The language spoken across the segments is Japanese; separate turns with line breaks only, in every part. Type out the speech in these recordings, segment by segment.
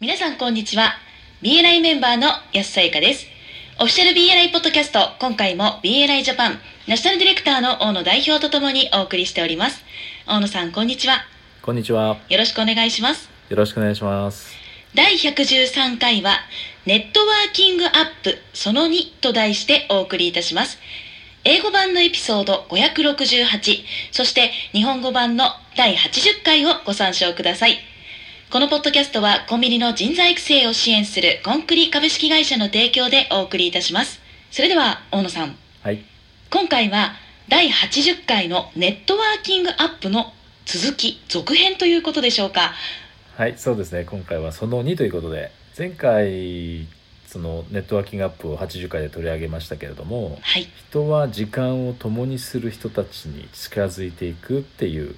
皆さんこんにちは BNI メンバーの安さゆかですオフィシャル BNI ポッドキャスト今回も BNI ジャパンナショナルディレクターの大野代表とともにお送りしております大野さんこんにちは
こんにちは。
よろしくお願いします
よろしくお願いします。
第113回は「ネットワーキングアップその2」と題してお送りいたします英語版のエピソード568そして日本語版の第80回をご参照くださいこのポッドキャストはコンビニの人材育成を支援するコンクリ株式会社の提供でお送りいたしますそれでは大野さん
はい。
今回は第80回のネットワーキングアップの続き続編ということでしょうか
はい、そうですね。今回はその2ということで、前回、そのネットワーキングアップを80回で取り上げましたけれども、
はい
人は時間を共にする人たちに近づいていくっていう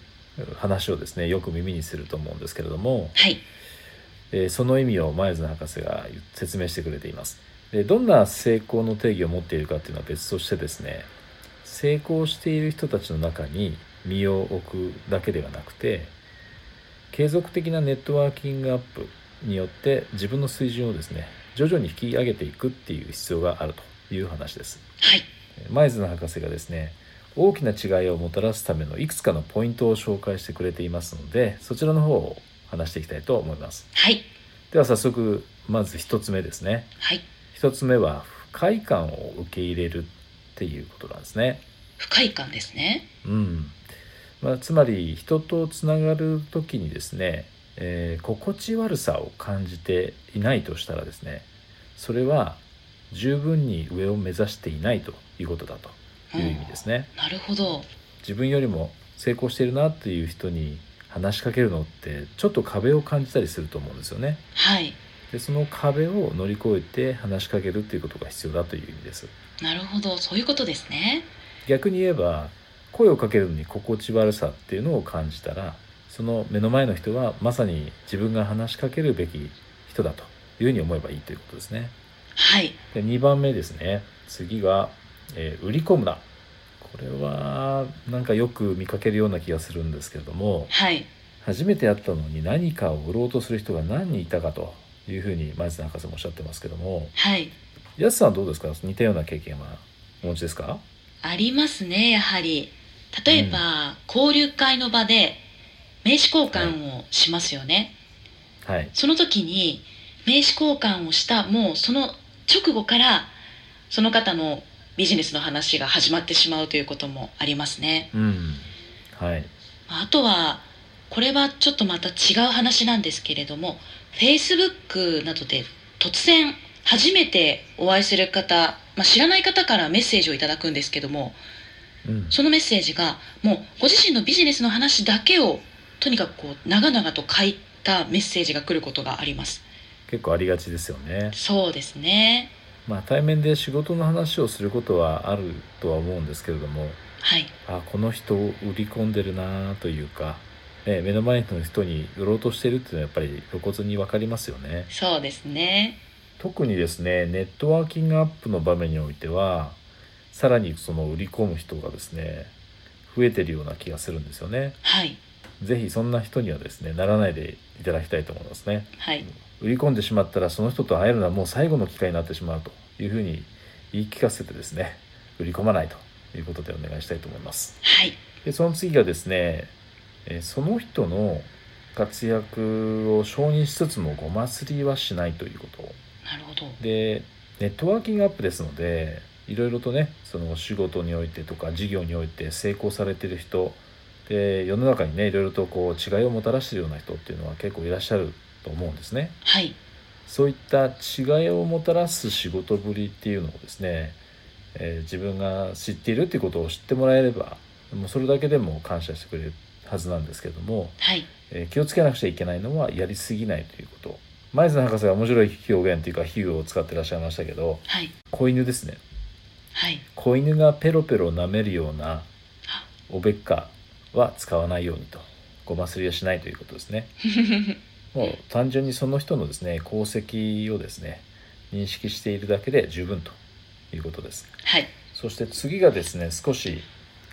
話をですね、よく耳にすると思うんですけれども、
はい
えーその意味を前津博士が説明してくれていますでどんな成功の定義を持っているかっていうのは別としてですね成功している人たちの中に身を置くだけではなくて継続的なネットワーキングアップによって自分の水準をですね徐々に引き上げていくっていう必要があるという話です
はい
前津博士がですね大きな違いをもたらすためのいくつかのポイントを紹介してくれていますのでそちらの方を話していきたいと思います
はい
では早速まず一つ目ですね
はい
一つ目は不快感を受け入れるっていうことなんですね
不快感ですね
うん、まあ、つまり人とつながる時にですね、えー心地悪さを感じていないとしたらですねそれは十分に上を目指していないということだという意味ですね、
なるほど
自分よりも成功しているなっていう人に話しかけるのってちょっと壁を感じたりすると思うんですよね
はい
でその壁を乗り越えて話しかけるっていうことが必要だという意味です
なるほどそういうことですね
逆に言えば声をかけるのに心地悪さっていうのを感じたらその目の前の人はまさに自分が話しかけるべき人だというふうに思えばいいということですね
はい
で2番目ですね次が、えー売り込むなこれはなんかよく見かけるような気がするんですけれども
はい
初めて会ったのに何かを売ろうとする人が何人いたかというふうに前津博士もおっしゃってますけども
はい
やすさんはどうですか似たような経験はお持ちですか
ありますねやはり例えば、交流会の場で名刺交換をしますよね、
はい
その時に名刺交換をしたもうその直後からその方のビジネスの話が始まってしまうということもありますね
うんはい
まああとはこれはちょっとまた違う話なんですけれども Facebook などで突然初めてお会いする方、まあ、知らない方からメッセージをいただくんですけども
うん
そのメッセージがもうご自身のビジネスの話だけをとにかくこう長々と書いたメッセージが来ることがあります
結構ありがちですよね
そうですね
まあ対面で仕事の話をすることはあるとは思うんですけれども
はい
あこの人を売り込んでるなというか、ね、目の前の人に売ろうとしてるっていうのはやっぱり露骨に分かりますよね
そうですね
特にですねネットワーキングアップの場面においてはさらにその売り込む人がですね増えてるような気がするんですよね
はい
ぜひそんな人にはですねならないでいただきたいと思いますね
はい
売り込んでしまったらその人と会えるのはもう最後の機会になってしまうというふうに言い聞かせてですね売り込まないということでお願いしたいと思います
はい
でその次がですねえーその人の活躍を承認しつつもごますりはしないということ
なるほど
でネットワーキングアップですのでいろいろとねその仕事においてとか事業において成功されてる人で世の中にねいろいろとこう違いをもたらしてるような人っていうのは結構いらっしゃると思うんですね。
はい
そういった違いをもたらす仕事ぶりっていうのをですね、えー自分が知っているっていうことを知ってもらえればもうそれだけでも感謝してくれるはずなんですけども、
はい
えー気をつけなくちゃいけないのはやりすぎないということ前津博士が面白い表現というか比喩を使ってらっしゃいましたけど
はい
子犬ですね
はい
子犬がペロペロ舐めるような
あ
おべっかは使わないようにとごますりはしないということですねもう単純にその人のですね功績をですね認識しているだけで十分ということです
はい
そして次がですね少し、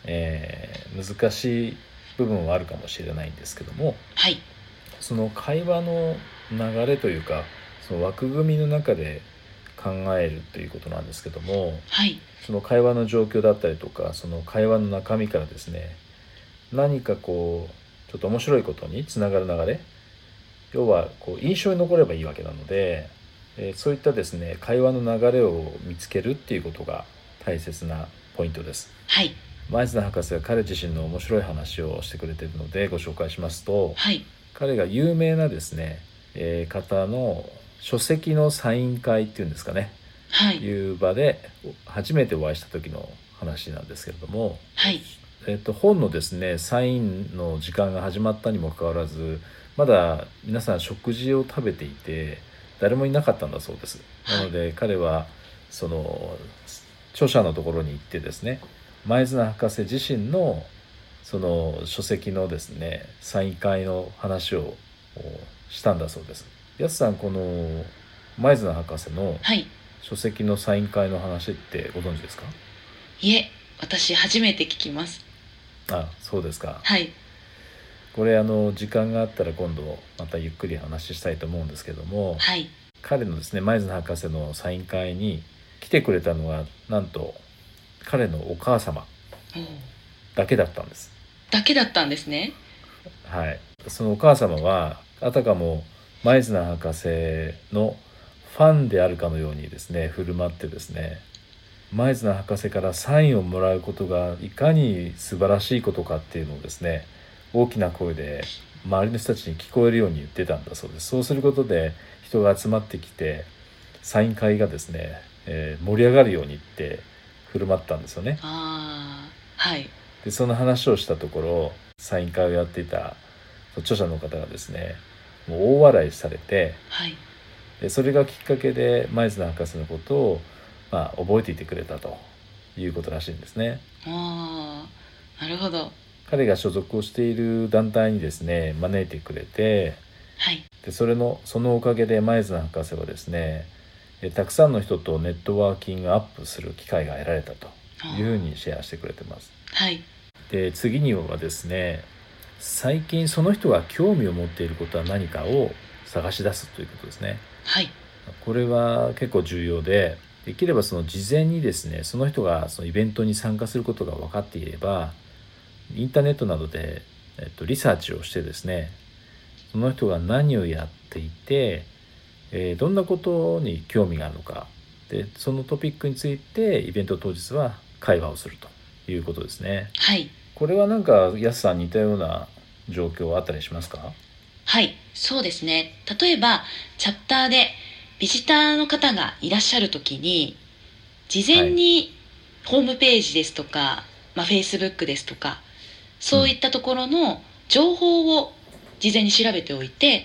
えー難しい部分はあるかもしれないんですけども
はい
その会話の流れというかその枠組みの中で考えるということなんですけども
はい
その会話の状況だったりとかその会話の中身からですね何かこうちょっと面白いことにつながる流れ要はこう印象に残ればいいわけなので、えーそういったですね会話の流れを見つけるっていうことが大切なポイントです。
はい
前津田博士が彼自身の面白い話をしてくれているのでご紹介しますと
はい
彼が有名なですね、えー方の書籍のサイン会っていうんですかね
はい
いう場で初めてお会いした時の話なんですけれども、
はい
えっと本のですねサインの時間が始まったにもかかわらずまだ皆さん食事を食べていて誰もいなかったんだそうです。なので彼はその著者のところに行ってですね前綱博士自身のその書籍のですねサイン会の話をしたんだそうです。やすさんこの前綱博士の
はい
書籍のサイン会の話ってご存知ですか
いえ私初めて聞きます
あそうですか
はい
これあの時間があったら今度またゆっくり話したいと思うんですけども
はい
彼のですね前津博士のサイン会に来てくれたのはなんと彼のお母様
おう
だけだったんです
だけだったんですね
はいそのお母様はあたかも前津博士のファンであるかのようにですね振る舞ってですね前津博士からサインをもらうことがいかに素晴らしいことかっていうのをですね大きな声で周りの人たちに聞こえるように言ってたんだそうですそうすることで人が集まってきてサイン会がですね、えー盛り上がるようにって振る舞ったんですよね
ああはい
でその話をしたところサイン会をやっていた著者の方がですねもう大笑いされて
はい
でそれがきっかけで前津博士のことを、まあ、覚えていてくれたということらしいんですね。
ああなるほど
彼が所属をしている団体にですね招いてくれて
はい
でそれのそのおかげで前津博士はですねえたくさんの人とネットワーキングアップする機会が得られたと
あ
いうふ
ー
うにシェアしてくれてます。
はい
で次にはですね最近その人が興味を持っていることは何かを探し出すということですね
はい
これは結構重要でできればその事前にですねその人がそのイベントに参加することが分かっていればインターネットなどで、えっと、リサーチをしてですねその人が何をやっていて、えーどんなことに興味があるのかでそのトピックについてイベント当日は会話をするということですね。
はい
これはなんかやすさん似たような状況はあったりしますか
はい、そうですね。例えば、チャプターでビジターの方がいらっしゃるときに、事前にホームページですとか、まあ、Facebook ですとか、そういったところの情報を事前に調べておいて、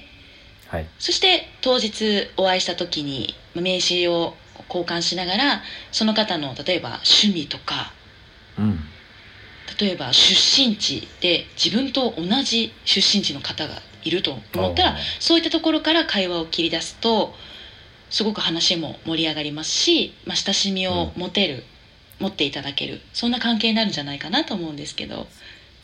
はい
そして当日お会いしたときにまあ名刺を交換しながら、その方の例えば趣味とか、
うん
例えば出身地で自分と同じ出身地の方がいると思ったら
あ、ー
そういったところから会話を切り出すとすごく話も盛り上がりますし、まあ、親しみを持てる、持っていただけるそんな関係になるんじゃないかなと思うんですけど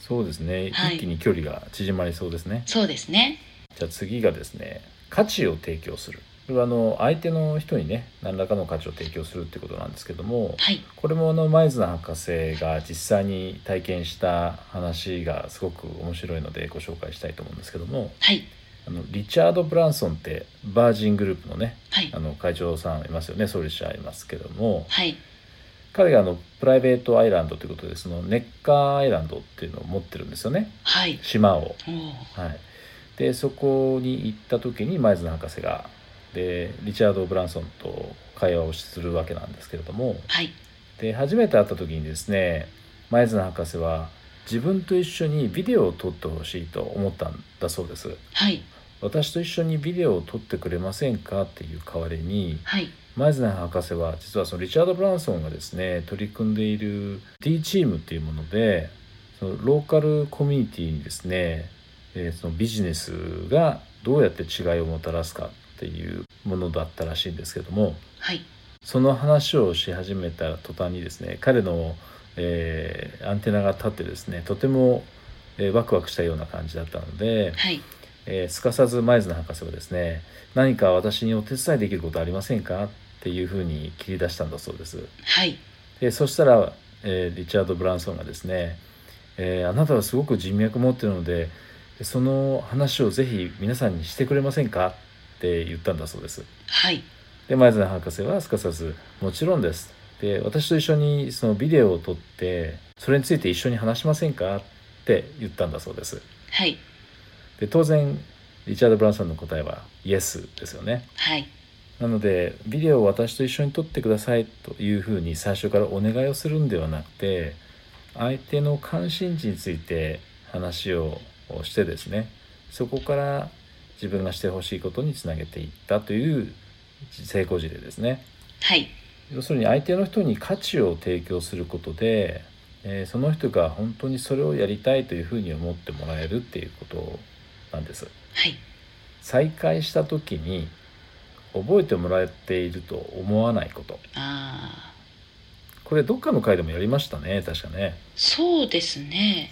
そうですね、
はい
一気に距離が縮まりそうですね
そうですね
じゃあ次がですね価値を提供するこれはあの相手の人にね何らかの価値を提供するってことなんですけども
はい
これもあの前津博士が実際に体験した話がすごく面白いのでご紹介したいと思うんですけども
はい
あのリチャード・ブランソンってバージングループのね
はい
あの会長さんいますよね総理者いますけども、
はい
彼があのプライベートアイランドということでそのネッカーアイランドっていうのを持ってるんですよね
はい
島を。
おー
はい、でそこに行った時に前津博士がでリチャード・ブランソンと会話をするわけなんですけれども
はい
で初めて会った時にですね前津博士は自分と一緒にビデオを撮ってほしいと思ったんだそうです。
はい
私と一緒にビデオを撮ってくれませんかっていう代わりに
はい
マイズナー博士は実はそのリチャード・ブランソンがですね取り組んでいる D チームっていうものでそのローカルコミュニティにですね、えーそのビジネスがどうやって違いをもたらすかっていうものだったらしいんですけども
はい
その話をし始めた途端にですね彼の、えーアンテナが立ってですねとても、えーワクワクしたような感じだったので
はい
えーすかさずマイズナ博士はですね何か私にお手伝いできることありませんかっていうふうに切り出したんだそうです
はい
でそしたら、えーリチャード・ブランソンがですね、えーあなたはすごく人脈持ってるのでその話をぜひ皆さんにしてくれませんかって言ったんだそうです
はい
で前園博士はすかさず「もちろんです」で私と一緒にそのビデオを撮ってそれについて一緒に話しませんかって言ったんだそうです
はい
で当然リチャード・ブランソンの答えは「イエス」ですよね
はい
なのでビデオを私と一緒に撮ってくださいというふうに最初からお願いをするんではなくて相手の関心事について話をしてですねそこから自分がしてほしいことにつなげていったという成功事例ですね。
はい
要するに相手の人に価値を提供することで、えーその人が本当にそれをやりたいというふうに思ってもらえるっていうことなんです。
はい
再会した時に覚えてもらっていると思わないこと
ああ
これどっかの回でもやりましたね確かね
そうですね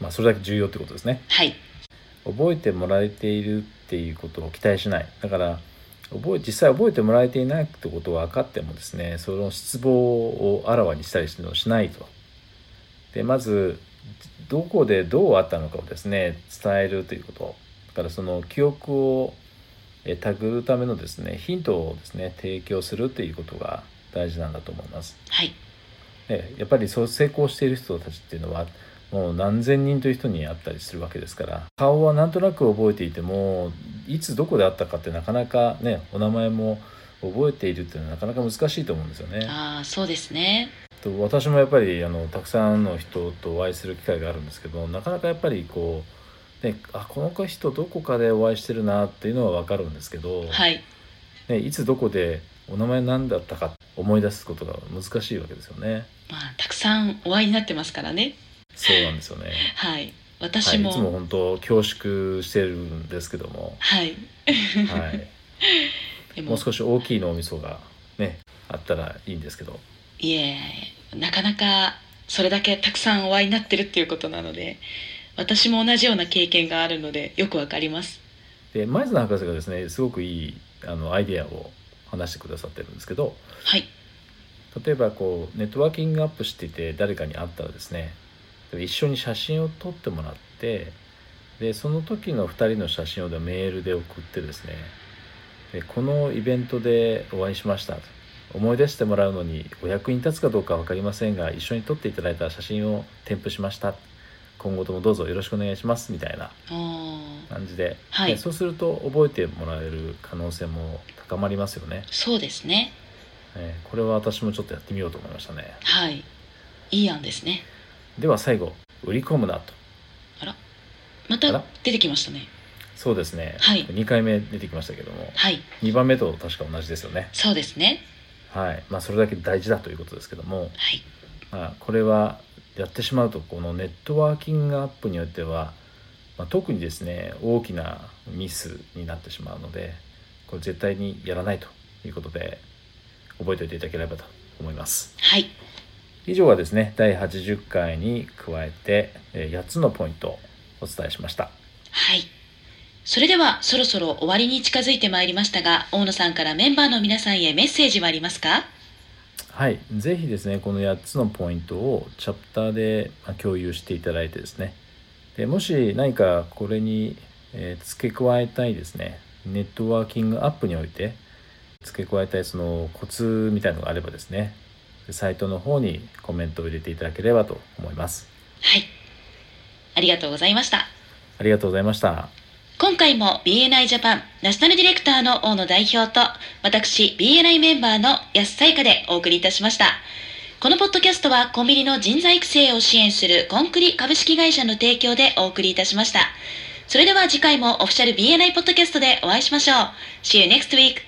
まあそれだけ重要ってことですね
はい
覚えてもらえているっていうことを期待しないだから覚え実際覚えてもらえていないってことが分かってもですねその失望をあらわにしたりしないとでまずどこでどうあったのかをですね伝えるということだからその記憶をえ手繰るためのですねヒントをですね提供するということが大事なんだと思います
はい
ねやっぱりそう成功している人たちっていうのはもう何千人という人に会ったりするわけですから顔はなんとなく覚えていてもいつどこで会ったかってなかなかねお名前も覚えているっていうのはなかなか難しいと思うんですよね。
ああそうですね
と私もやっぱりあのたくさんの人とお会いする機会があるんですけどなかなかやっぱりこう、ね、あこの人どこかでお会いしてるなっていうのは分かるんですけど、
はい
ね、いつどこでお名前何だったか思い出すことが難しいわけですよね。
まあたくさんお会いになってますからね
そうなんですよね
はい
は
私
い、い
も
つも本当恐縮してるんですけども、
はい、
はい、
で
もう少し大きい脳みそがねあったらいいんですけど、
いえなかなかそれだけたくさんお会いになってるっていうことなので私も同じような経験があるのでよくわかります
で前園博士がですねすごくいいあのアイデアを話してくださってるんですけど、
はい
例えばこうネットワーキングアップしていて誰かに会ったらですね一緒に写真を撮ってもらってでその時の2人の写真をメールで送ってですねでこのイベントでお会いしましたと思い出してもらうのにお役に立つかどうか分かりませんが一緒に撮っていただいた写真を添付しました今後ともどうぞよろしくお願いしますみたいな
おー
感じで、
はい
でそうすると覚えてもらえる可能性も高まりますよね、
そうですね
えーこれは私もちょっとやってみようと思いましたね
はいいい案ですね
では最後売り込むなと
ま
あ
た
ら
出てきましたね
そうですね、
はい
2回目出てきましたけども
はい
2番目と確か同じですよね
そうですね
はいまあそれだけ大事だということですけども、
はい
まあ、これはやってしまうとこのネットワーキングアップによっては、まあ、特にですね大きなミスになってしまうのでこれ絶対にやらないということで覚えておいていただければと思います
はい
以上はですね第80回に加えてえー8つのポイントをお伝えしました
はい。それではそろそろ終わりに近づいてまいりましたが、大野さんからメンバーの皆さんへメッセージはありますか
はい、ぜひですねこの8つのポイントをチャプターでまあ共有していただいてですねでもし何かこれに、えー付け加えたいですねネットワーキングアップにおいて付け加えたいそのコツみたいのがあればですねサイトの方にコメントを入れていただければと思います
はい。ありがとうございました。
ありがとうございました
今回も BNI ジャパンナショナルディレクターの大野代表と私 BNI メンバーの安さゆかでお送りいたしました。このポッドキャストはコンビニの人材育成を支援するコンクリ株式会社の提供でお送りいたしました。それでは次回もオフィシャル BNI ポッドキャストでお会いしましょう。See you next week!